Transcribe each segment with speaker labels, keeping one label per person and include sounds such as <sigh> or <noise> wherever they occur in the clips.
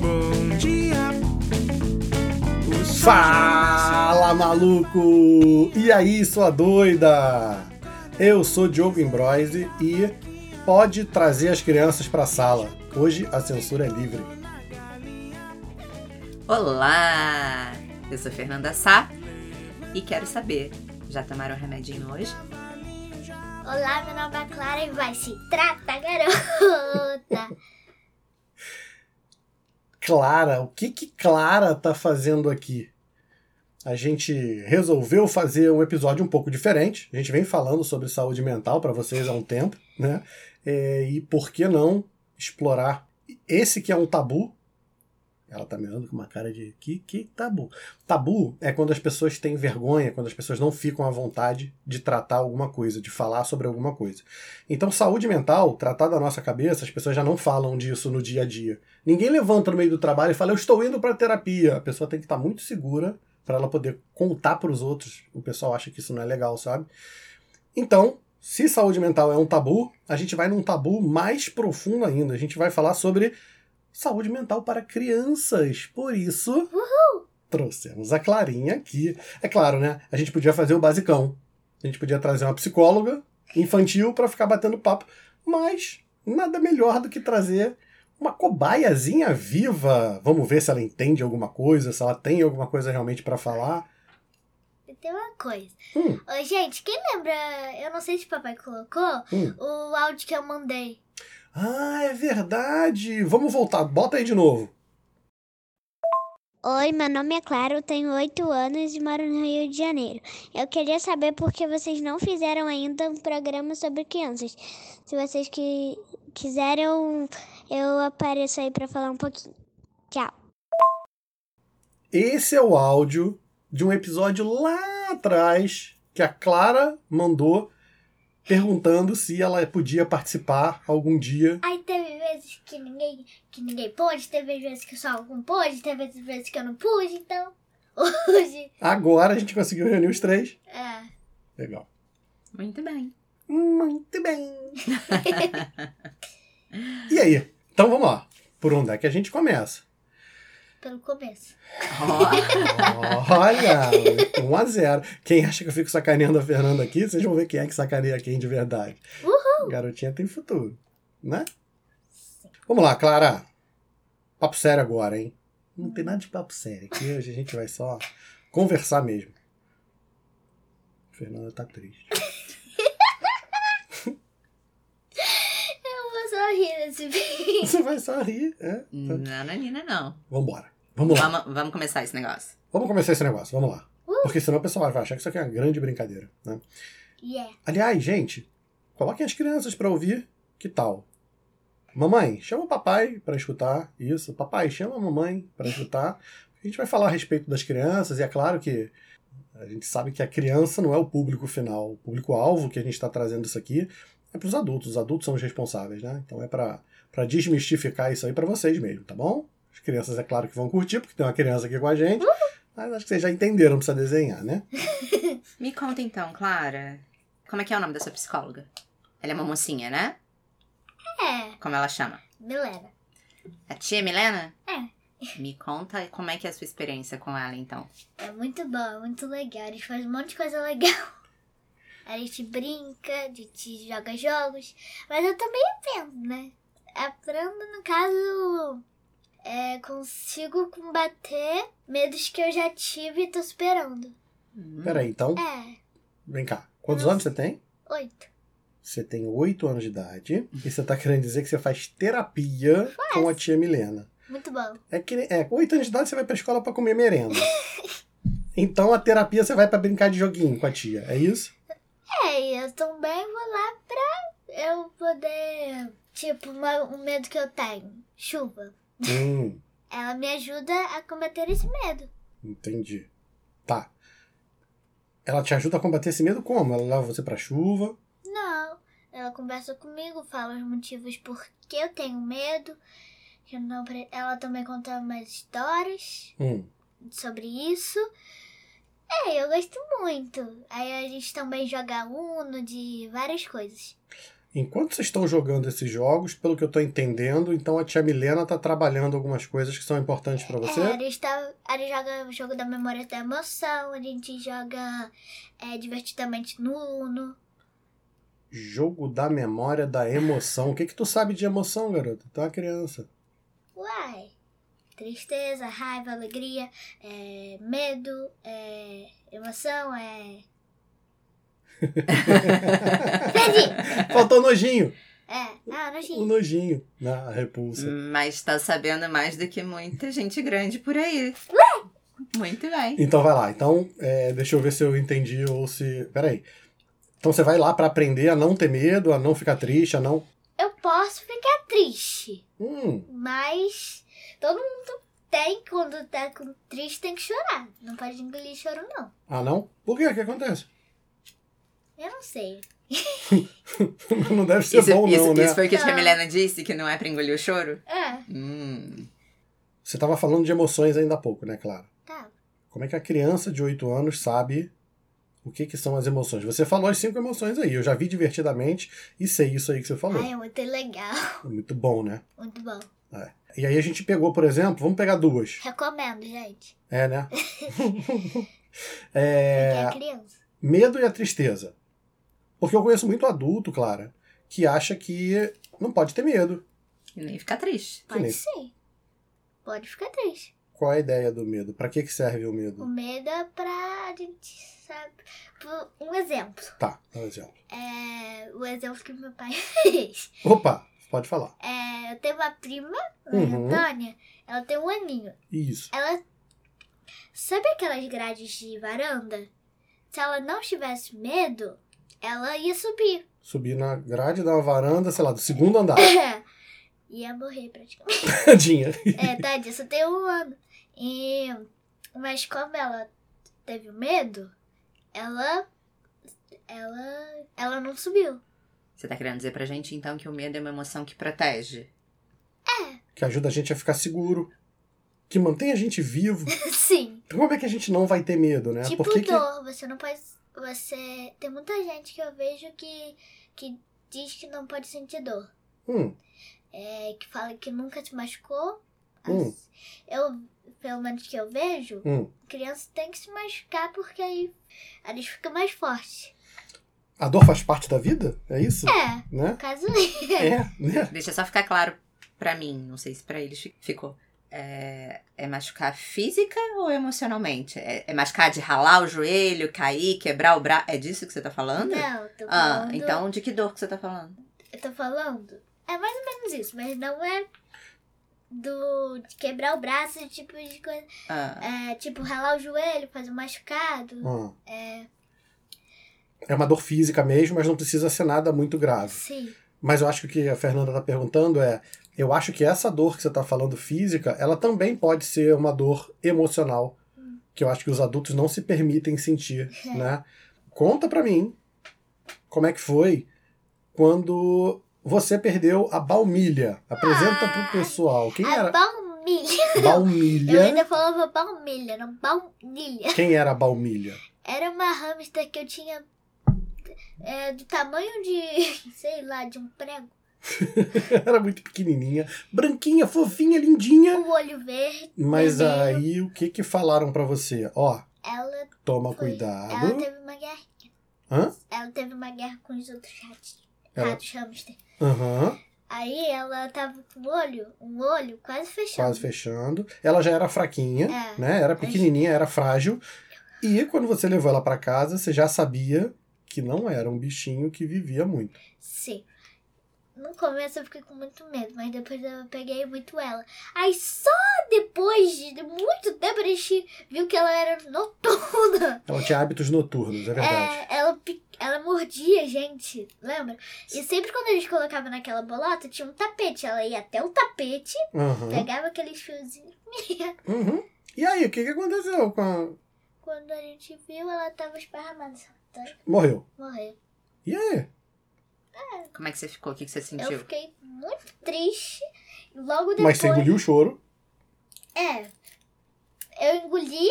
Speaker 1: Bom dia. O sol
Speaker 2: Fala, maluco! E aí, sua doida? Eu sou Diogo Imbroise e pode trazer as crianças pra sala. Hoje a censura é livre.
Speaker 3: Olá! Eu sou Fernanda Sá e quero saber, já tomaram remedinho hoje?
Speaker 4: Olá, meu nome é Clara e vai se trata, garota. <laughs>
Speaker 2: Clara, o que que Clara tá fazendo aqui? A gente resolveu fazer um episódio um pouco diferente. A gente vem falando sobre saúde mental pra vocês há um tempo, né? É, e por que não explorar esse que é um tabu? Ela tá me olhando com uma cara de que, que tabu? Tabu é quando as pessoas têm vergonha, quando as pessoas não ficam à vontade de tratar alguma coisa, de falar sobre alguma coisa. Então, saúde mental, tratar da nossa cabeça, as pessoas já não falam disso no dia a dia. Ninguém levanta no meio do trabalho e fala, eu estou indo para terapia. A pessoa tem que estar muito segura para ela poder contar para os outros. O pessoal acha que isso não é legal, sabe? Então, se saúde mental é um tabu, a gente vai num tabu mais profundo ainda. A gente vai falar sobre saúde mental para crianças. Por isso, trouxemos a Clarinha aqui. É claro, né? A gente podia fazer o basicão. A gente podia trazer uma psicóloga infantil para ficar batendo papo, mas nada melhor do que trazer uma cobaiazinha viva. Vamos ver se ela entende alguma coisa, se ela tem alguma coisa realmente para falar.
Speaker 4: Tem uma coisa.
Speaker 2: Hum.
Speaker 4: Ô, gente, quem lembra? Eu não sei se o papai colocou
Speaker 2: Hum.
Speaker 4: o áudio que eu mandei.
Speaker 2: Ah, é verdade. Vamos voltar. Bota aí de novo.
Speaker 5: Oi, meu nome é Clara, eu tenho 8 anos e moro no Rio de Janeiro. Eu queria saber por que vocês não fizeram ainda um programa sobre crianças. Se vocês que quiserem, eu- eu apareço aí pra falar um pouquinho. Tchau.
Speaker 2: Esse é o áudio de um episódio lá atrás que a Clara mandou perguntando se ela podia participar algum dia.
Speaker 4: Aí teve vezes que ninguém, que ninguém pôde, teve vezes que só algum pôde, teve vezes que eu não pude, então. <laughs> Hoje.
Speaker 2: Agora a gente conseguiu reunir os três.
Speaker 4: É.
Speaker 2: Legal.
Speaker 3: Muito bem.
Speaker 2: Muito bem. e aí? Então vamos lá. Por onde é que a gente começa?
Speaker 4: Pelo começo.
Speaker 2: <laughs>
Speaker 3: Ó,
Speaker 2: Olha, 1 a 0 Quem acha que eu fico sacaneando a Fernanda aqui, vocês vão ver quem é que sacaneia quem de verdade. Uhul. Garotinha tem futuro, né? Vamos lá, Clara. Papo sério agora, hein? Não tem nada de papo sério aqui. Hoje a gente vai só conversar mesmo. Fernanda tá <laughs> triste.
Speaker 4: Eu vou só rir nesse <laughs> vídeo.
Speaker 2: Você vai só rir, é?
Speaker 3: não, Nanina, não.
Speaker 2: Vambora. Vamos Uh! lá.
Speaker 3: Vamos, vamos começar esse negócio.
Speaker 2: Vamos começar esse negócio, vamos lá. Porque senão o pessoal vai achar que isso aqui é uma grande brincadeira, né?
Speaker 4: Yeah.
Speaker 2: Aliás, gente, coloquem as crianças pra ouvir. Que tal? Mamãe, chama o papai pra escutar isso. Papai, chama a mamãe pra escutar. A gente vai falar a respeito das crianças e é claro que a gente sabe que a criança não é o público final, o público alvo que a gente está trazendo isso aqui é pros adultos. Os adultos são os responsáveis, né? Então é pra pra desmistificar isso aí pra vocês mesmo, tá bom? As crianças é claro que vão curtir porque tem uma criança aqui com a gente. Mas acho que vocês já entenderam, não precisa desenhar, né?
Speaker 3: Me conta então, Clara, como é que é o nome da sua psicóloga? Ela é uma mocinha, né?
Speaker 4: É,
Speaker 3: Como ela chama?
Speaker 4: Milena.
Speaker 3: A tia Milena?
Speaker 4: É.
Speaker 3: Me conta como é que é a sua experiência com ela, então.
Speaker 4: É muito bom, é muito legal. A gente faz um monte de coisa legal. <laughs> A gente brinca, a gente joga jogos. Mas eu também aprendo, né? Aprendo, no caso, é, consigo combater medos que eu já tive e tô superando.
Speaker 3: Hum,
Speaker 2: Peraí, então,
Speaker 4: É,
Speaker 2: vem cá. Quantos anos você tem?
Speaker 4: oito.
Speaker 2: Você tem 8 anos de idade e você tá querendo dizer que você faz terapia com a tia Milena.
Speaker 4: Muito bom.
Speaker 2: É que nem- é, com 8 anos de idade você vai pra escola pra comer merenda. Então a terapia você vai pra brincar de joguinho com a tia, é isso?
Speaker 4: É, e eu também vou lá pra eu poder. Tipo, uma- um medo que eu tenho: chuva.
Speaker 2: Hum,
Speaker 4: Ela me ajuda a combater esse medo.
Speaker 2: entendi. Tá. Ela te ajuda a combater esse medo como? Ela leva você pra chuva.
Speaker 4: Não, ela conversa comigo, fala os motivos por que eu tenho medo. que eu não pre- Ela também conta umas histórias
Speaker 2: Hum,
Speaker 4: sobre isso. É, eu gosto muito. Aí a gente também joga Uno de várias coisas.
Speaker 2: Enquanto vocês estão jogando esses jogos, pelo que eu tô entendendo, então a tia Milena tá trabalhando algumas coisas que são importantes para você?
Speaker 4: É, ele, está, ele joga o jogo da memória da emoção, a gente joga é, divertidamente no Uno.
Speaker 2: Jogo da memória da emoção. O que que tu sabe de emoção, garota? Tu é uma criança.
Speaker 4: Uai! Tristeza, raiva, alegria, é, medo, é, emoção, é.
Speaker 2: Faltou o nojinho.
Speaker 4: É, ah, nojinho.
Speaker 2: O nojinho na repulsa.
Speaker 3: Mas tá sabendo mais do que muita gente grande por aí. Muito bem.
Speaker 2: Então vai lá. Então, é, deixa eu ver se eu entendi ou se. Peraí. Então você vai lá pra aprender a não ter medo, a não ficar triste, a não.
Speaker 4: Eu posso ficar triste,
Speaker 2: Hum,
Speaker 4: mas todo mundo tem, quando tá com- triste, tem que chorar. Não pode engolir choro, não.
Speaker 2: ah não? Por quê? O que acontece? <laughs>
Speaker 4: Eu não sei.
Speaker 2: não deve ser bom,
Speaker 3: isso,
Speaker 2: não, né?
Speaker 3: isso é. foi o que a tia
Speaker 4: Não.
Speaker 3: Milena disse, que não é pra engolir o choro?
Speaker 4: É,
Speaker 3: Hum.
Speaker 2: Você tava falando de emoções ainda há pouco, né, Clara?
Speaker 4: tá.
Speaker 2: Como é que a criança de 8 anos sabe o que, que são as emoções? Você falou as cinco emoções aí, eu já vi divertidamente e sei isso aí que você falou.
Speaker 4: Ai, é muito legal.
Speaker 2: Muito bom, né?
Speaker 4: Muito bom.
Speaker 2: E aí a gente pegou, por exemplo, vamos pegar duas.
Speaker 4: Recomendo, gente.
Speaker 2: É, né?
Speaker 4: Quem
Speaker 2: é,
Speaker 4: é criança.
Speaker 2: medo e a tristeza. Porque eu conheço muito adulto, Clara, que acha que não pode ter medo.
Speaker 3: E nem ficar triste.
Speaker 4: Pode
Speaker 2: nem-
Speaker 4: sim. Pode ficar triste.
Speaker 2: Qual é a ideia do medo? Pra que, que serve o
Speaker 4: O
Speaker 2: medo?
Speaker 4: medo é pra gente sabe. por- Um exemplo.
Speaker 2: Tá, dá um exemplo.
Speaker 4: É, o exemplo que meu pai <laughs> fez.
Speaker 2: Opa, pode falar.
Speaker 4: É, eu tenho uma prima, a
Speaker 2: Uhum.
Speaker 4: Antônia, ela tem um aninho.
Speaker 2: Isso.
Speaker 4: Ela. Sabe aquelas grades de varanda? Se ela não tivesse medo, ela ia subir. <coughs>
Speaker 2: Subir na grade da varanda, sei lá, do segundo andar. <laughs>
Speaker 4: ia morrer praticamente.
Speaker 2: Tadinha.
Speaker 4: É, tadinha, só tem um ano. E, mas como ela teve medo, ela. Ela. Ela não subiu.
Speaker 3: Você tá querendo dizer pra gente, então, que o medo é uma emoção que protege?
Speaker 2: que ajuda a gente a ficar seguro, que mantém a gente vivo.
Speaker 4: <laughs> Sim.
Speaker 2: Então como é que a gente não vai ter medo, né?
Speaker 4: tipo
Speaker 2: Por que que-
Speaker 4: dor, você não pode. Você. Tem muita gente que eu vejo que, que diz que não pode sentir dor.
Speaker 2: Hum,
Speaker 4: É, que fala que nunca se machucou.
Speaker 2: Hum.
Speaker 4: As- Eu, pelo menos que eu vejo,
Speaker 2: hum.
Speaker 4: criança tem que se machucar porque aí eles ficam mais fortes.
Speaker 2: A dor faz parte da vida? É isso?
Speaker 4: É,
Speaker 2: Né?
Speaker 4: no caso
Speaker 2: É, né?
Speaker 3: Deixa só ficar claro pra mim, não sei se pra eles fi- ficou. É, é machucar física ou emocionalmente? É, é machucar de ralar o joelho, cair, quebrar o braço? É disso que você tá
Speaker 2: né?
Speaker 3: falando?
Speaker 4: Não, tô
Speaker 3: Ah,
Speaker 4: falando.
Speaker 3: então de que dor que você tá falando?
Speaker 4: Eu tô falando. É mais ou menos isso, mas não é do de quebrar o braço, esse tipo de coisa.
Speaker 3: Ah,
Speaker 4: É, tipo, ralar o joelho, fazer um machucado.
Speaker 2: Ah. É uma dor física mesmo, mas não precisa ser nada muito grave.
Speaker 4: Sim.
Speaker 2: Mas eu acho que o que a Fernanda está perguntando é: eu acho que essa dor que você está falando física, ela também pode ser uma dor emocional, que eu acho que os adultos não se permitem sentir,
Speaker 4: É.
Speaker 2: né? Conta pra mim como é que foi quando você perdeu a baumilha. Apresenta pro pessoal. Quem
Speaker 4: A
Speaker 2: era
Speaker 4: baumilha. <laughs> Eu
Speaker 2: baumilha?
Speaker 4: ainda falava baumilha, não baunilha.
Speaker 2: Quem era a baumilha?
Speaker 4: Era uma hamster que eu tinha é, do tamanho de, <laughs> sei lá, de um prego.
Speaker 2: <laughs> era muito pequenininha, branquinha, fofinha, lindinha.
Speaker 4: O olho verde.
Speaker 2: Mas
Speaker 4: vermelho.
Speaker 2: aí o que que falaram pra você? Ó,
Speaker 4: Ela,
Speaker 2: toma
Speaker 4: foi-
Speaker 2: cuidado.
Speaker 4: ela teve uma guerra.
Speaker 2: Hã?
Speaker 4: Ela teve uma guerra com os outros ratos.
Speaker 2: Ela-
Speaker 4: Ratos hamster.
Speaker 2: Aham.
Speaker 4: Aí ela tava com o olho, um olho quase fechado.
Speaker 2: quase fechando. Ela já era fraquinha,
Speaker 4: É.
Speaker 2: né? Era pequenininha, era frágil. E quando você levou ela pra casa, você já sabia que não era um bichinho que vivia muito.
Speaker 4: Sim. No começo eu fiquei com muito medo, mas depois eu peguei muito ela. Aí só depois de muito tempo a gente viu que ela era noturna.
Speaker 2: Ela tinha hábitos noturnos, é verdade.
Speaker 4: É, ela, pi- ela mordia a gente, lembra? E sempre quando a gente colocava naquela bolota, tinha um tapete. Ela ia até o tapete,
Speaker 2: Aham.
Speaker 4: pegava aqueles fiozinhos.
Speaker 2: Uhum. E aí, o que, que aconteceu com a...
Speaker 4: Quando a gente viu, ela tava esparramada. Então,
Speaker 2: Morreu.
Speaker 4: morreu.
Speaker 2: E aí?
Speaker 3: como é que você ficou? O que que você
Speaker 4: Eu
Speaker 3: sentiu?
Speaker 4: fiquei muito triste. E Logo depois.
Speaker 2: Mas você engoliu o choro.
Speaker 4: É. Eu engoli.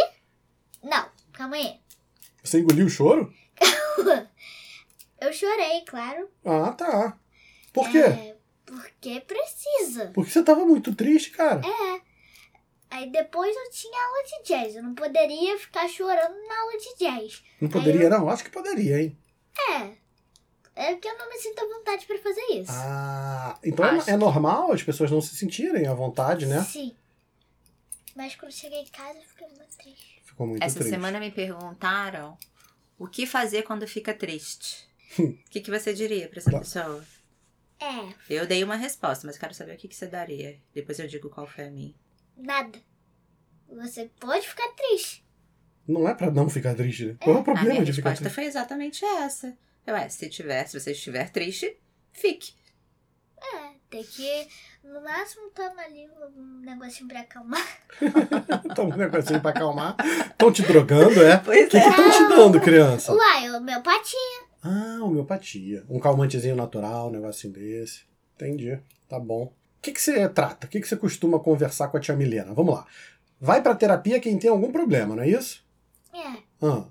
Speaker 4: Não, calma aí. <laughs>
Speaker 2: Você engoliu o choro?
Speaker 4: Eu chorei, claro.
Speaker 2: Ah, tá. Por quê?
Speaker 4: É, porque precisa.
Speaker 2: Porque você tava muito triste, cara.
Speaker 4: É. Aí depois eu tinha aula de jazz. Eu não poderia ficar chorando na aula de jazz.
Speaker 2: Não poderia, não? Acho que poderia, hein?
Speaker 4: É. É porque eu não me sinto à vontade pra fazer isso.
Speaker 2: Ah, então é,
Speaker 3: Acho
Speaker 2: é normal as pessoas não se sentirem à vontade, né?
Speaker 4: Sim. Mas quando eu cheguei em casa, eu fiquei muito triste.
Speaker 2: Ficou muito
Speaker 3: Essa
Speaker 2: triste.
Speaker 3: semana me perguntaram o que fazer quando fica triste. O que, que você diria pra essa
Speaker 2: Hum. Tá.
Speaker 3: pessoa?
Speaker 4: É,
Speaker 3: Eu dei uma resposta, mas quero saber o que, que você daria. Depois eu digo qual foi a minha.
Speaker 4: nada. Você pode ficar triste.
Speaker 2: Não é pra não ficar triste, né? Qual é o
Speaker 3: a minha
Speaker 2: problema de ficar
Speaker 3: resposta
Speaker 2: triste?
Speaker 3: foi exatamente essa. Eu, é, se tiver, se você estiver triste,
Speaker 2: <laughs>
Speaker 3: fique.
Speaker 4: É, tem que, no máximo, tomar ali um negocinho pra acalmar.
Speaker 2: <laughs> Toma um negocinho pra acalmar. Estão te drogando, é? O
Speaker 3: Pois
Speaker 2: que
Speaker 3: é.
Speaker 2: estão te dando, criança?
Speaker 4: Uai, homeopatia.
Speaker 2: Ah, homeopatia. Um calmantezinho natural, um negocinho desse. Entendi. Tá bom. O que, que você trata? O que, que você costuma conversar com a tia Milena? Vamos lá. Vai pra terapia quem tem algum problema, não é isso?
Speaker 4: É,
Speaker 2: Ah,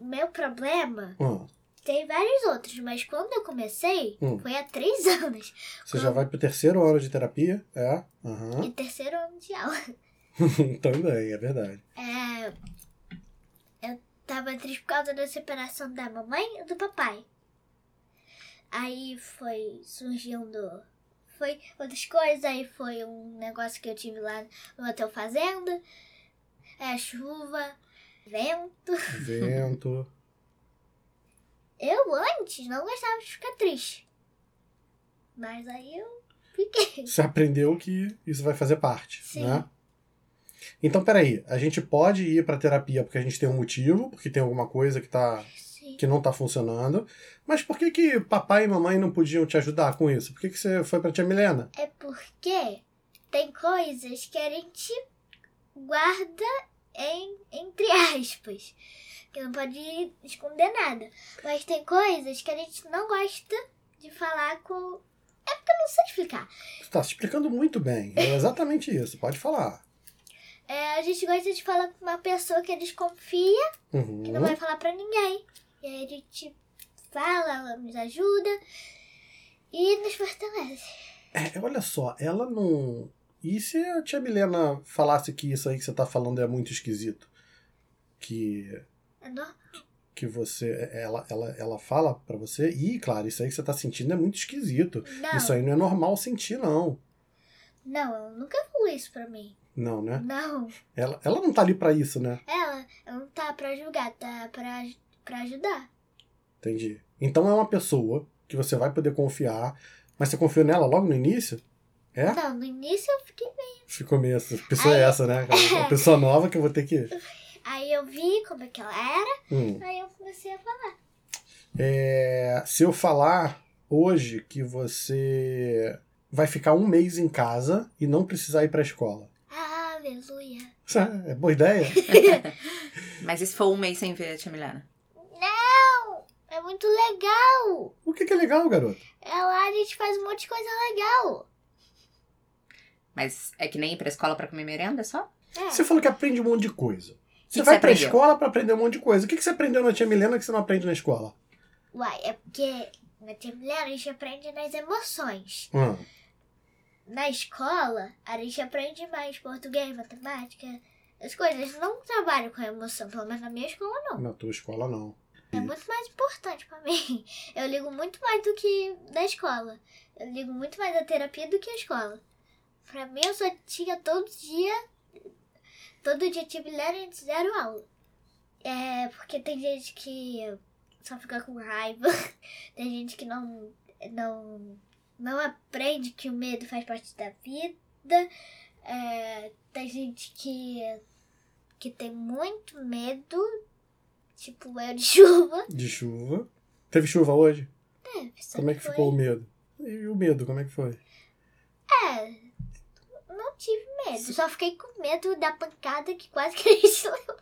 Speaker 4: o meu problema
Speaker 2: ah.
Speaker 4: tem vários outros, mas quando eu comecei,
Speaker 2: Hum.
Speaker 4: foi há três <laughs> anos.
Speaker 3: Ah.
Speaker 2: Você já vai pro terceiro ano de terapia? É. Aham. <laughs>
Speaker 4: E terceiro ano de aula.
Speaker 2: Também, é verdade.
Speaker 4: É, eu tava triste por causa da separação da mamãe e do papai. Aí foi surgindo. Foi outras coisas, aí foi um negócio que eu tive lá no hotel fazenda. É chuva, vento. <laughs>
Speaker 2: Vento.
Speaker 4: Eu antes não gostava de ficar triste. Mas aí eu fiquei.
Speaker 2: Você aprendeu que isso vai fazer parte,
Speaker 4: Sim.
Speaker 2: né? Então, peraí, a gente pode ir pra terapia porque a gente tem um motivo, porque tem alguma coisa que tá
Speaker 4: Sim.
Speaker 2: que não tá funcionando. Mas por que que papai e mamãe não podiam te ajudar com isso? Por que que você foi pra tia Milena?
Speaker 4: É porque tem coisas que a gente guarda em, entre aspas. Que não pode esconder nada. Mas tem coisas que a gente não gosta de falar com. É porque eu não sei explicar.
Speaker 2: Você tá se explicando muito bem.
Speaker 4: <laughs>
Speaker 2: É exatamente isso. Pode falar.
Speaker 4: É, a gente gosta de falar com uma pessoa que desconfia,
Speaker 2: Uhum.
Speaker 4: que não é- vai falar pra ninguém. E aí a gente fala, ela nos ajuda e nos fortalece.
Speaker 2: É, olha só, ela não. E se a tia Milena falasse que isso aí que você tá falando é muito esquisito? Que
Speaker 4: É normal.
Speaker 2: que você é, ela ela, ela fala pra você, e claro, isso aí que você tá sentindo é muito esquisito.
Speaker 4: Não,
Speaker 2: Isso aí não é normal sentir não.
Speaker 4: não, ela nunca falou isso pra mim.
Speaker 2: Não, né?
Speaker 4: Não.
Speaker 2: Ela, ela não tá ali pra isso, né?
Speaker 4: Ela, ela não tá pra julgar, tá pra, pra ajudar.
Speaker 2: Entendi. Então é uma pessoa que você vai poder confiar, mas você confiou nela logo no início? É?
Speaker 4: Não, no início eu fiquei.
Speaker 2: Ficou meio essa pessoa é
Speaker 4: Aí-
Speaker 2: essa,
Speaker 4: <laughs>
Speaker 2: né? cara? Uma pessoa nova que eu vou ter que.
Speaker 4: Aí eu vi como é que ela era,
Speaker 2: Hum.
Speaker 4: aí eu comecei a falar.
Speaker 2: É, se eu falar hoje que você vai ficar um mês em casa e não precisar ir pra escola. <laughs>
Speaker 4: Aleluia.
Speaker 2: Isso É é boa ideia?
Speaker 3: Mas esse foi um mês sem ver a tia Milena.
Speaker 4: É muito legal.
Speaker 2: O que, que é legal, garoto?
Speaker 4: É lá a gente faz um monte de coisa legal.
Speaker 3: Mas é que nem ir pra escola pra comer merenda só?
Speaker 4: É.
Speaker 2: Você falou que aprende um monte de coisa. Você
Speaker 3: que
Speaker 2: vai
Speaker 3: você
Speaker 2: pra
Speaker 3: aprendeu?
Speaker 2: escola pra aprender um monte de coisa. O que, que você aprendeu na tia Milena que você não aprende na escola?
Speaker 4: Uai, é porque na terminária a gente aprende nas emoções.
Speaker 3: Ah.
Speaker 2: Hum.
Speaker 4: Na escola, a gente aprende mais português, matemática, as coisas. Não trabalho com emoção, pelo menos na minha escola.
Speaker 2: Ah, Na tua escola, não.
Speaker 4: É muito mais importante pra mim. <laughs> Eu ligo muito mais do que da escola. Eu ligo muito mais à terapia do que à escola. Pra mim, eu só tinha todo dia. Todo dia tive ler e zero aula. É, porque tem gente que só fica com raiva. <laughs> Tem gente que não. Não. Não aprende que o medo faz parte da vida. É, tem gente que. Que tem muito medo. Tipo, eu de <laughs> chuva.
Speaker 2: De chuva. Teve chuva hoje?
Speaker 4: Só
Speaker 2: Como é que
Speaker 4: foi-
Speaker 2: ficou o medo? E o medo, como é que foi? <laughs>
Speaker 4: É, não tive medo. Só fiquei com medo da pancada que quase <laughs> que a gente levou.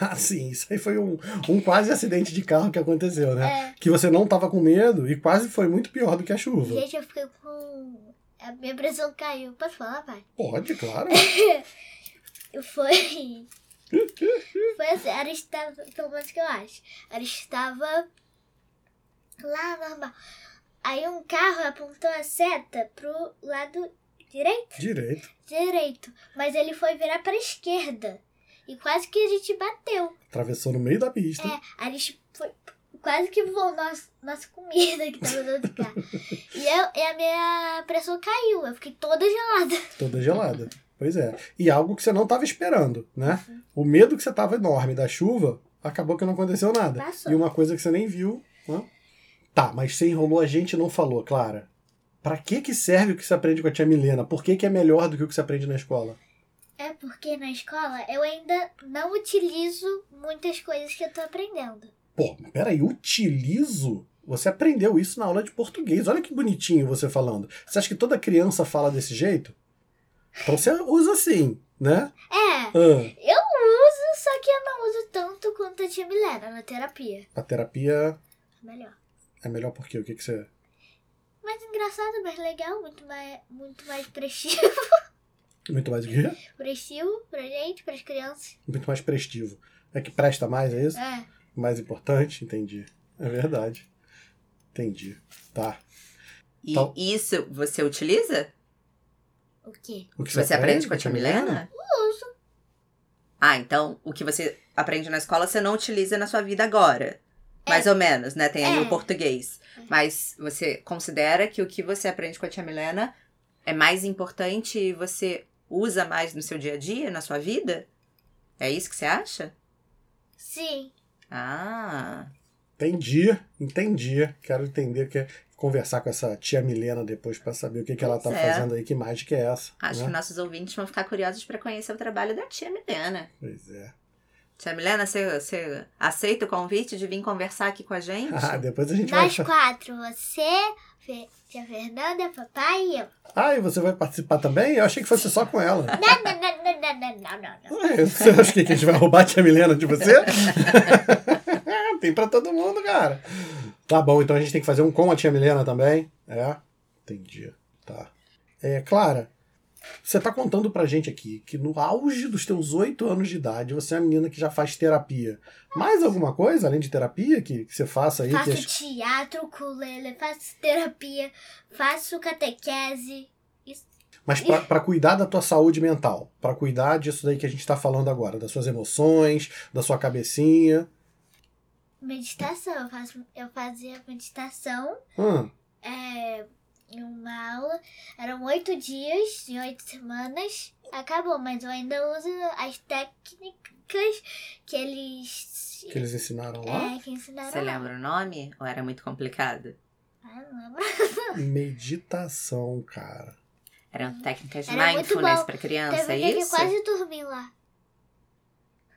Speaker 2: Ah, sim, isso aí foi um, um quase acidente de carro que aconteceu, né?
Speaker 4: É,
Speaker 2: Que você não tava com medo e quase foi muito pior do que a chuva.
Speaker 4: gente, eu fiquei com. A minha pressão caiu. Posso falar, pai?
Speaker 2: Pode, claro.
Speaker 4: <laughs>
Speaker 2: <laughs>
Speaker 4: Foi. Foi assim, ela estava. Pelo menos que eu acho. Ela estava lá normal. Aí um carro apontou a seta pro lado direito,
Speaker 2: Direito.
Speaker 4: direito, mas ele foi virar pra esquerda. E quase que a gente bateu.
Speaker 2: Atravessou no meio da pista.
Speaker 4: É, a gente foi quase que voou nosso, nossa comida que tava dentro do carro. e, eu, e a minha pressão caiu, eu fiquei toda gelada.
Speaker 2: toda gelada. Pois é. E algo que você não estava esperando, né? O medo que você estava enorme da chuva, acabou que não aconteceu nada.
Speaker 4: Passou.
Speaker 2: E uma coisa que você nem viu, né? Tá, mas você enrolou a gente e não falou, Clara. Pra que que serve o que você aprende com a tia Milena? Por que que é melhor do que o que você aprende na escola?
Speaker 4: É porque na escola eu ainda não utilizo muitas coisas que eu tô aprendendo.
Speaker 2: Pô, mas peraí, utilizo? Você aprendeu isso na aula de português. Olha que bonitinho você falando. Você acha que toda criança fala desse jeito? Então você usa assim, né?
Speaker 4: É,
Speaker 2: Ah,
Speaker 4: eu uso, só que eu não uso tanto quanto a tia Milena na terapia.
Speaker 2: a terapia
Speaker 4: Melhor.
Speaker 2: é melhor por quê? O que que você...
Speaker 4: Mais engraçado, mais legal, muito mais, muito mais <laughs> prestivo.
Speaker 2: Muito mais o quê?
Speaker 4: Prestivo pra gente, pras crianças.
Speaker 2: Muito mais prestivo. É que presta mais, é isso?
Speaker 4: É.
Speaker 2: Mais importante? Entendi. É verdade. Entendi. Tá.
Speaker 3: E
Speaker 2: Então-
Speaker 3: isso você utiliza?
Speaker 4: O quê?
Speaker 2: O que
Speaker 3: Você, aprende com a tia Milena?
Speaker 4: Uso.
Speaker 3: Ah, então o que você aprende na escola você não utiliza na sua vida agora. Mais ou menos, né? Tem aí
Speaker 4: É.
Speaker 3: o português. Mas você considera que o que você aprende com a tia Milena é mais importante e você usa mais no seu dia a dia, na sua vida? É isso que você acha?
Speaker 4: Sim.
Speaker 3: Ah.
Speaker 2: Entendi, entendi. Quero entender que conversar com essa tia Milena depois pra saber o que, que ela tá
Speaker 3: Pois é.
Speaker 2: fazendo aí, que mágica é essa.
Speaker 3: Acho
Speaker 2: né?
Speaker 3: que nossos ouvintes vão ficar curiosos pra conhecer o trabalho da tia Milena.
Speaker 2: Pois é. <laughs>
Speaker 3: Tia Milena, você, você aceita o convite de vir conversar aqui com a <laughs> gente?
Speaker 2: Ah, depois a gente vai.
Speaker 4: Nós quatro, você, Fe- tia Fernanda, papai e eu.
Speaker 2: Ah, e você vai participar também? Eu achei que fosse só com ela.
Speaker 4: Não, não, não, não, não, não, não, não, não.
Speaker 2: Ué, É, Você acha que a gente vai roubar a tia Milena de você? <laughs> tem pra todo mundo, cara. Tá bom, então a gente tem que fazer um com a tia Milena também. É? Entendi. Tá. É, Clara, você tá contando pra gente aqui que no auge dos teus oito anos de idade, você é uma menina que já faz terapia. Mais alguma coisa, além de terapia, que, que você faça aí? Que é
Speaker 4: Faço
Speaker 2: as-
Speaker 4: teatro, ukulele, faço terapia, faço catequese.
Speaker 2: Mas pra pra cuidar da tua saúde mental, pra cuidar disso daí que a gente tá falando agora, das suas emoções, da sua cabecinha.
Speaker 4: Meditação, eu, faço, eu fazia meditação
Speaker 2: Hum.
Speaker 4: é, em uma aula. Eram oito dias e oito semanas. Acabou, mas eu ainda uso as técnicas que eles,
Speaker 2: que eles ensinaram lá?
Speaker 4: é, que ensinaram.
Speaker 3: Você
Speaker 4: lá.
Speaker 3: lembra o nome? Ou era muito complicado?
Speaker 4: Ah, não lembro.
Speaker 2: Meditação, cara.
Speaker 3: Eram técnicas de
Speaker 4: Hum, Era muito
Speaker 3: mindfulness
Speaker 4: bom.
Speaker 3: pra
Speaker 4: Teve
Speaker 3: criança,
Speaker 4: um
Speaker 3: é
Speaker 4: dia que eu
Speaker 3: isso?
Speaker 4: quase dormi lá.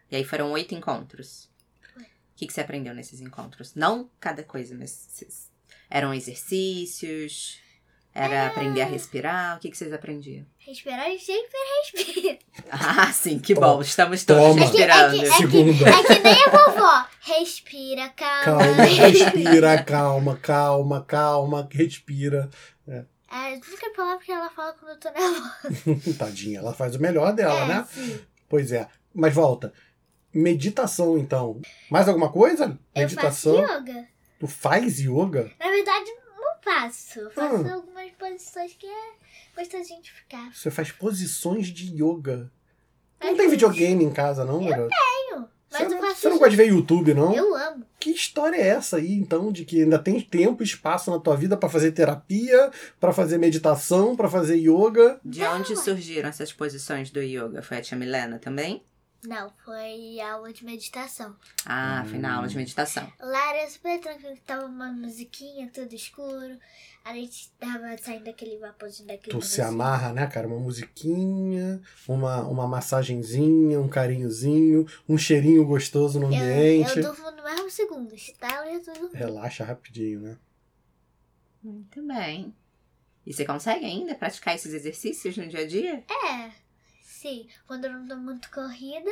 Speaker 3: E aí foram oito encontros. O que, que você aprendeu nesses encontros? Não cada coisa, mas vocês- eram exercícios, era aprender a respirar. O que, que vocês aprendiam? <laughs>
Speaker 4: Respirar, eu sempre respiro.
Speaker 3: Ah, sim, que
Speaker 2: Toma.
Speaker 3: bom. Estamos todos
Speaker 2: Toma. É que-
Speaker 3: respirando.
Speaker 4: É que-
Speaker 2: Segunda.
Speaker 4: <laughs> É que nem a vovó. Respira, calma.
Speaker 2: Calma, respira, calma, calma, calma, respira.
Speaker 4: É a única palavra que ela fala quando eu tô nervosa.
Speaker 2: Tadinha, ela faz o melhor dela,
Speaker 4: É,
Speaker 2: né?
Speaker 4: sim.
Speaker 2: Pois é. Mas volta. Meditação, então. Mais alguma coisa?
Speaker 4: Eu faço
Speaker 2: Meditação?
Speaker 4: yoga.
Speaker 2: Tu faz yoga?
Speaker 4: Na verdade, não faço. Eu faço
Speaker 2: Hum.
Speaker 4: algumas posições que é gostosinho de ficar.
Speaker 2: Você faz posições de yoga. Não
Speaker 4: Às
Speaker 2: tem
Speaker 4: vezes.
Speaker 2: videogame em casa, não, garoto?
Speaker 4: Tenho, É, mas
Speaker 2: Você
Speaker 4: eu
Speaker 2: não,
Speaker 4: faço.
Speaker 2: você não gosta de ver YouTube, não?
Speaker 4: Eu amo.
Speaker 2: Que história é essa aí, então, de que ainda tem tempo e espaço na tua vida pra fazer terapia, pra fazer meditação, pra fazer yoga?
Speaker 3: De onde surgiram essas posições do yoga? Foi a tia Milena também?
Speaker 4: Não, foi aula de meditação.
Speaker 3: Ah, foi na
Speaker 2: Hum.
Speaker 3: aula de meditação.
Speaker 4: Lá era super tranquilo, tava uma musiquinha, tudo escuro. A gente tava saindo daquele vaporzinho daquele.
Speaker 2: Tu se
Speaker 4: vaporzinho.
Speaker 2: amarra, né, cara? Uma musiquinha, uma, uma massagenzinha, um carinhozinho, um cheirinho gostoso no ambiente.
Speaker 4: Eu, eu durmo no mesmo segundo. Estalo e tudo.
Speaker 2: Relaxa rapidinho, né?
Speaker 3: Muito bem. E você consegue ainda praticar esses exercícios no dia a dia?
Speaker 4: É. Sim, quando eu não tô muito corrida.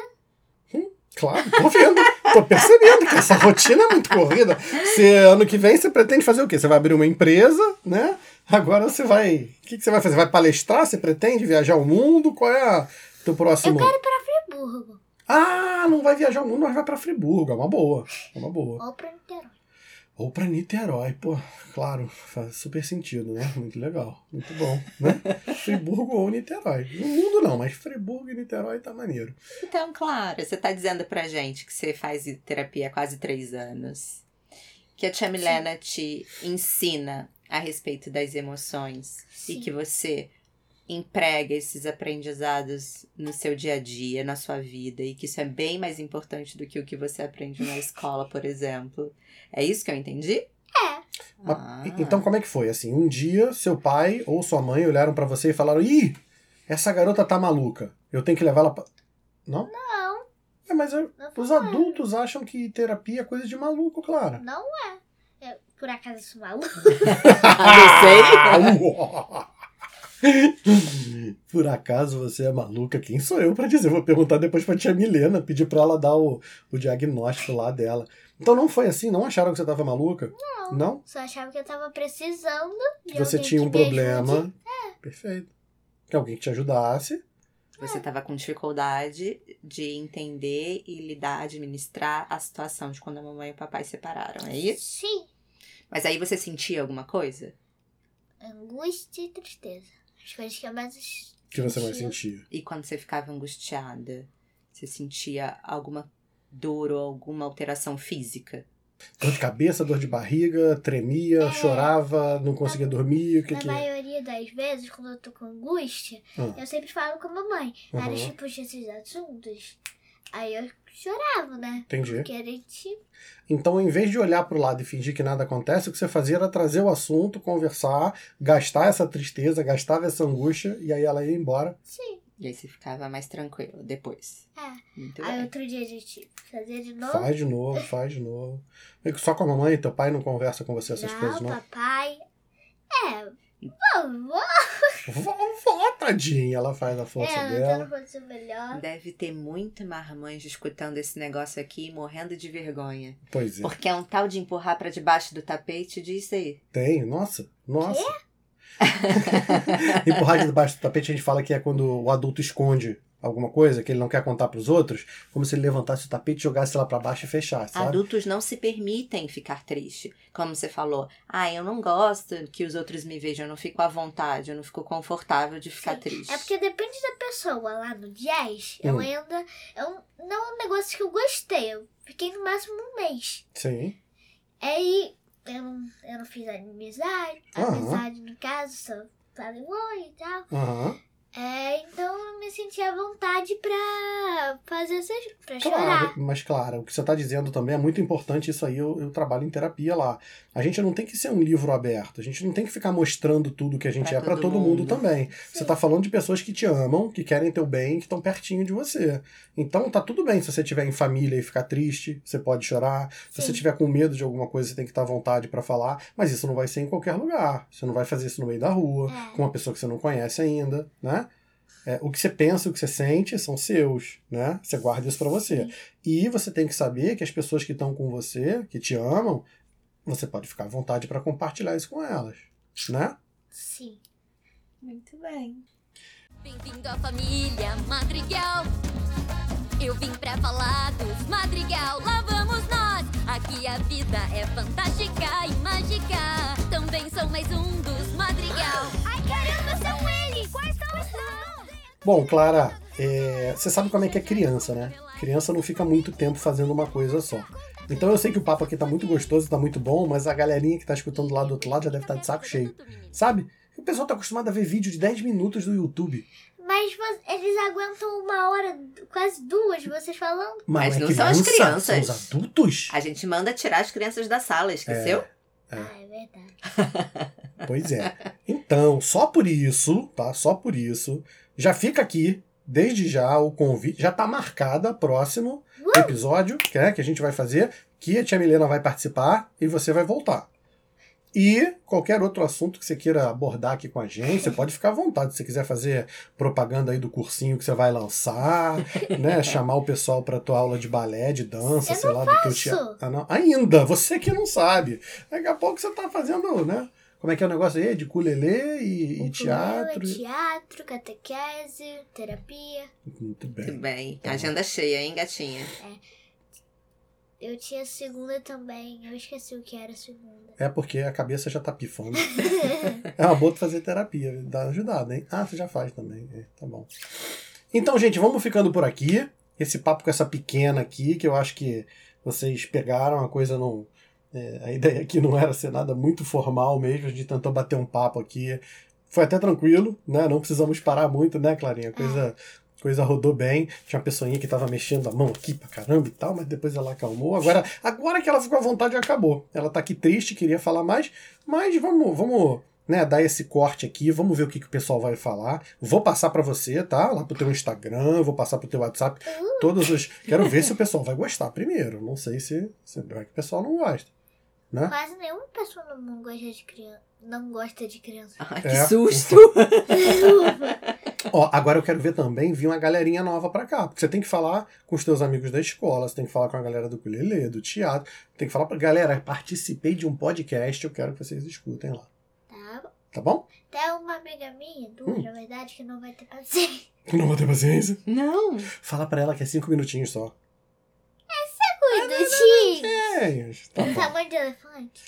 Speaker 2: Claro, tô vendo, tô percebendo que essa rotina é muito corrida. Você, ano que vem você pretende fazer o quê? Você vai abrir uma empresa, né? Agora você vai. O que, que você vai fazer? Vai palestrar? Você pretende viajar o mundo? Qual é a- teu próximo?
Speaker 4: É burro.
Speaker 2: Ah, não vai viajar o mundo, mas vai pra Friburgo. É uma boa. É uma boa.
Speaker 4: Ou pra Niterói.
Speaker 2: Ou pra Niterói, pô, claro, faz super sentido, né? Muito legal, muito bom, né? Friburgo ou Niterói. No mundo não, mas Friburgo e Niterói tá maneiro.
Speaker 3: Então, claro, você tá dizendo pra gente que você faz terapia há quase três anos. Que a tia Milena te ensina a respeito das emoções. E
Speaker 4: Sim.
Speaker 3: que você emprega esses aprendizados no seu dia a dia, na sua vida. E que isso é bem mais importante do que o que você aprende na escola, por exemplo. É isso que eu entendi? É.
Speaker 2: Mas,
Speaker 3: Ah. <laughs>
Speaker 2: Então como é que foi? Assim, um dia seu pai ou sua mãe olharam pra você e falaram: "Ih, essa garota tá maluca. Eu tenho que levar ela pra... Não?
Speaker 4: Não,
Speaker 2: É, mas eu-
Speaker 4: não
Speaker 2: os
Speaker 4: falaram.
Speaker 2: adultos acham que terapia é coisa de maluco, Clara.
Speaker 4: Não é. Eu, por acaso sou maluco?
Speaker 3: Ah,
Speaker 2: <laughs>
Speaker 3: Não sei.
Speaker 2: <laughs> Por acaso você é maluca? Quem sou eu pra dizer? Vou perguntar depois pra tia Milena, pedir pra ela dar o, o diagnóstico lá dela. Então não foi assim? Não acharam que você tava maluca? Não. Não?
Speaker 4: Só achava que eu tava precisando de É.
Speaker 2: Você
Speaker 4: alguém
Speaker 2: tinha
Speaker 4: que
Speaker 2: um
Speaker 4: me ajude.
Speaker 2: problema. Perfeito. Que alguém que te ajudasse.
Speaker 3: Você
Speaker 4: É.
Speaker 3: estava com dificuldade de entender e lidar, administrar a situação de quando a mamãe e o papai separaram, é isso?
Speaker 4: Sim,
Speaker 3: Mas aí você sentia alguma coisa?
Speaker 4: angústia e tristeza. As coisas que eu mais.
Speaker 2: Que você mais
Speaker 4: Sentia.
Speaker 2: sentia.
Speaker 3: E quando você ficava angustiada, você sentia alguma dor ou alguma alteração física?
Speaker 2: Dor de cabeça, dor de barriga, tremia,
Speaker 4: É.
Speaker 2: chorava, não conseguia dormir. O que
Speaker 4: Na
Speaker 2: que é?
Speaker 4: maioria das vezes, quando eu tô com angústia,
Speaker 2: Ah.
Speaker 4: eu sempre falo com a mamãe. Vários
Speaker 2: Uhum.
Speaker 4: tipos desses assuntos. Aí eu chorava, né?
Speaker 2: Entendi.
Speaker 4: Porque a gente.
Speaker 2: Então, em vez de olhar para o lado e fingir que nada acontece, o que você fazia era trazer o assunto, conversar, gastar essa tristeza, gastava essa angústia, e aí ela ia embora.
Speaker 4: Sim.
Speaker 3: E aí você ficava mais tranquila depois.
Speaker 4: É.
Speaker 3: Muito
Speaker 4: Aí
Speaker 3: bem.
Speaker 4: outro dia a gente fazia de novo.
Speaker 2: Faz de novo, faz de novo. E Só com a mamãe, teu pai não conversa com você essas coisas,
Speaker 4: Não, tá.
Speaker 2: não?
Speaker 4: papai. É. Vovó.
Speaker 2: Vovó, tadinha, ela faz a força
Speaker 4: É,
Speaker 2: dela.
Speaker 4: tentando fazer o melhor.
Speaker 3: Deve ter muito marmanjo escutando esse negócio aqui e morrendo de vergonha.
Speaker 2: Pois é,
Speaker 3: Porque é um tal de empurrar pra debaixo do tapete, diz aí.
Speaker 2: tem, nossa, nossa. <laughs> Empurrar debaixo do tapete, a gente fala que é quando o adulto esconde alguma coisa que ele não quer contar para os outros, como se ele levantasse o tapete, jogasse lá para baixo e fechasse, sabe?
Speaker 3: Adultos não se permitem ficar triste. Como você falou, ah, eu não gosto que os outros me vejam, eu não fico à vontade, eu não fico confortável de ficar triste.
Speaker 4: É porque depende da pessoa. Lá no jazz, eu
Speaker 2: Hum.
Speaker 4: ainda. Eu, não é um negócio que eu gostei. Eu fiquei no máximo um mês.
Speaker 2: Sim.
Speaker 4: Aí eu não, eu não fiz amizade.
Speaker 2: Aham.
Speaker 4: Amizade, no caso, só falei oi e tal.
Speaker 2: Aham.
Speaker 4: É, então eu me senti à vontade pra fazer essas. pra
Speaker 2: Claro,
Speaker 4: chorar.
Speaker 2: mas claro, o que você está dizendo também é muito importante, isso aí eu, eu trabalho em terapia lá. A gente não tem que ser um livro aberto, a gente não tem que ficar mostrando tudo que a gente
Speaker 3: Pra
Speaker 2: é para
Speaker 3: todo
Speaker 2: todo mundo,
Speaker 3: mundo.
Speaker 2: também. Você tá,
Speaker 4: Sim.
Speaker 2: está falando de pessoas que te amam, que querem teu bem, que estão pertinho de você. Então tá tudo bem se você estiver em família e ficar triste, você pode chorar. Se você
Speaker 4: Sim.
Speaker 2: tiver com medo de alguma coisa, você tem que estar à vontade para falar, mas isso não vai ser em qualquer lugar. Você não vai fazer isso no meio da rua,
Speaker 4: É.
Speaker 2: com uma pessoa que você não conhece ainda, né? É, o que você pensa, o que você sente são seus, né? Você guarda isso para você. E você tem que saber que as pessoas que estão com você, que te amam, você pode ficar à vontade para compartilhar isso com elas, né?
Speaker 4: Sim.
Speaker 3: Muito bem.
Speaker 6: Bem-vindo à família Madrigal. Eu vim pra falar dos Madrigal. Lá vamos nós. Aqui a vida é fantástica e mágica. Também sou mais um dos Madrigal. Ai caramba, são eles! Quais são os nomes?
Speaker 2: Bom, Clara, é, você sabe como é que é criança, né? Criança não fica muito tempo fazendo uma coisa só. Então eu sei que o papo aqui tá muito gostoso, tá muito bom, mas a galerinha que tá escutando lá do outro lado já deve estar de saco cheio. Sabe? O pessoal tá acostumado a ver vídeo de 10 minutos do YouTube.
Speaker 4: Mas vo- eles aguentam uma hora, quase duas, vocês falando.
Speaker 2: Mas,
Speaker 3: Mas não
Speaker 2: é
Speaker 3: são as
Speaker 2: criança,
Speaker 3: crianças.
Speaker 2: São os adultos?
Speaker 3: A gente manda tirar as crianças da sala, esqueceu?
Speaker 2: É.
Speaker 4: Ah, é verdade.
Speaker 2: Pois é. Então, só por isso, tá? Só por isso, já fica aqui, desde já, o convite. Já tá marcada próximo episódio que, é, que a gente vai fazer, que a tia Milena vai participar e você vai voltar. E qualquer outro assunto que você queira abordar aqui com a gente, você pode ficar à vontade. Se você quiser fazer propaganda aí do cursinho que você vai
Speaker 4: <laughs>
Speaker 2: lançar, né? Chamar o pessoal pra tua aula de balé, de dança,
Speaker 4: Eu
Speaker 2: sei lá, do teu
Speaker 4: faço.
Speaker 2: teatro. Ah, não. Ainda, você que não sabe. Daqui a pouco você tá fazendo, né? Como é que é o negócio aí? De culelê e, e
Speaker 4: Ukulele,
Speaker 2: teatro.
Speaker 4: é Teatro, catequese, terapia.
Speaker 2: Muito bem.
Speaker 3: Muito bem. Agenda cheia, hein, gatinha?
Speaker 4: Eu tinha segunda também. Eu esqueci o que era segunda.
Speaker 2: É porque a cabeça já tá pifando. é uma boa tu fazer terapia, dá ajudada, hein? Ah, você já faz também. É, tá bom. Então, gente, vamos ficando por aqui. Esse papo com essa pequena aqui, que eu acho que vocês pegaram, a coisa não. é, a ideia aqui não era ser nada muito formal mesmo, a gente tentou bater um papo aqui. Foi até tranquilo, né? Não precisamos parar muito, né, Clarinha? A coisa, coisa rodou bem. Tinha uma pessoinha que tava mexendo a mão aqui pra caramba e tal, mas depois ela acalmou. Agora, agora que ela ficou à vontade, acabou. Ela tá aqui triste, queria falar mais, mas vamos, vamos né, dar esse corte aqui, vamos ver o que, que o pessoal vai falar. Vou passar pra você, tá? Lá pro teu Instagram, vou passar pro teu WhatsApp. Todos os. Quero ver se o pessoal vai gostar primeiro. Não sei se, se vai que o pessoal não gosta. Né?
Speaker 4: Quase nenhuma pessoa no mundo gosta de criança. Não gosta de criança.
Speaker 3: Ai,
Speaker 2: É.
Speaker 3: que
Speaker 2: <laughs>
Speaker 3: susto!
Speaker 2: Ó, agora eu quero ver também vir uma galerinha nova pra cá. Porque você tem que falar com os teus amigos da escola, você tem que falar com a galera do ukulele, do teatro. Tem que falar pra galera, participei de um podcast, eu quero que vocês escutem lá.
Speaker 4: Tá? bom?
Speaker 2: Tá bom?
Speaker 4: Até uma amiga minha, duas,
Speaker 2: Hum.
Speaker 4: na verdade, que não vai ter paciência.
Speaker 2: <laughs> Não vou ter paciência.
Speaker 3: Não!
Speaker 2: Fala pra ela que é cinco minutinhos só.
Speaker 4: Cuidadinho.
Speaker 2: É, tá bom.
Speaker 4: Tamanho de elefante.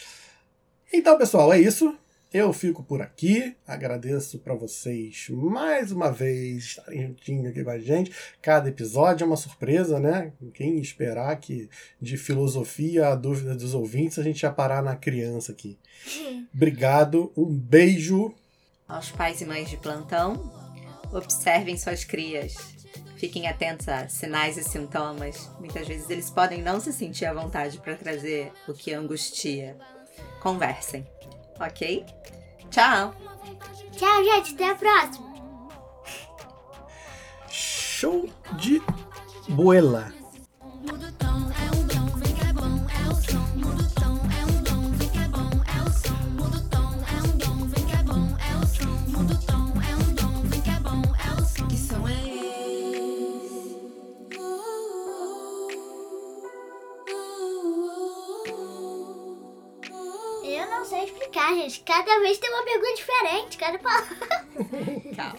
Speaker 2: Então, pessoal, é isso. Eu fico por aqui. Agradeço pra vocês mais uma vez estarem juntinho aqui com a gente. Cada episódio é uma surpresa, né? Quem esperar que de filosofia a dúvida dos ouvintes a gente ia parar na criança aqui. Obrigado, um beijo.
Speaker 3: Aos pais e mães de plantão, observem suas crias. Fiquem atentos a sinais e sintomas. Muitas vezes eles podem não se sentir à vontade para trazer o que angustia. Conversem, ok?
Speaker 2: <laughs>
Speaker 3: Tchau!
Speaker 4: Tchau, gente. Até a próxima.
Speaker 2: Show de boela.
Speaker 6: Muda o tom, é o blom, vem que é bom, é o som. Muda o tom, é um blom, vem que é bom, é o som. Muda o tom, é um blom, vem que é bom, é o som. Muda o tom, é um blom, vem que é bom, é o som. Que som é esse?
Speaker 4: Eu não sei explicar, gente. Cada vez tem uma pergunta diferente. Cada palavra. <laughs>
Speaker 3: Tchau!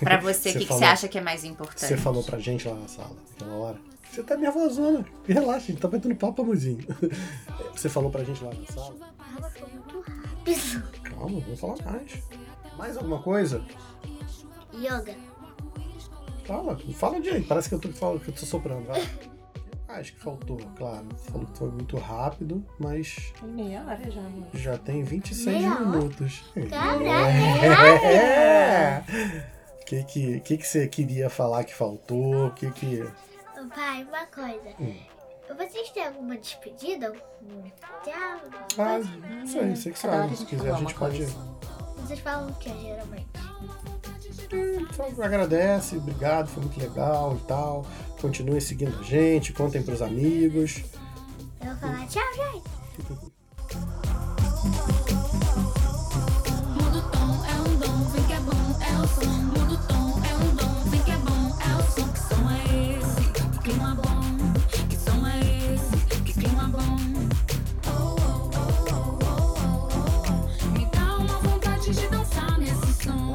Speaker 3: Pra você,
Speaker 2: Você
Speaker 3: o que, que
Speaker 2: falou-
Speaker 3: você acha que é mais
Speaker 2: que você
Speaker 3: importante?
Speaker 2: falou pra gente lá na sala, aquela hora. Você tá nervosona. Relaxa, a gente tá batendo papo, amorzinho. <laughs> Você falou pra gente lá na sala. Calma, vou falar mais. Mais alguma coisa?
Speaker 4: Yoga.
Speaker 2: Fala, fala direito. Parece que eu tô, falo, que eu tô soprando. vai. Ah, Acho que faltou, claro. Falou que foi muito rápido, mas
Speaker 3: Meia hora já, amor.
Speaker 2: já tem 26
Speaker 4: Meia hora?
Speaker 2: minutos.
Speaker 4: Caraca.
Speaker 2: É. O que, que, que, que você queria falar que faltou? O que que. ah,
Speaker 4: Pai, uma coisa. Vocês têm alguma despedida? Hum. Tchau.
Speaker 2: Ah, não sei, você que
Speaker 3: hum, Cada hora a
Speaker 2: sabe. Se
Speaker 3: gente
Speaker 2: quiser,
Speaker 3: fala
Speaker 2: a gente
Speaker 3: uma
Speaker 2: pode.
Speaker 3: coisa.
Speaker 4: Vocês falam o que geralmente?
Speaker 2: Hum, Só agradece, obrigado, foi muito legal e tal. Continuem seguindo a gente, contem pros amigos.
Speaker 4: Eu vou falar tchau, gente.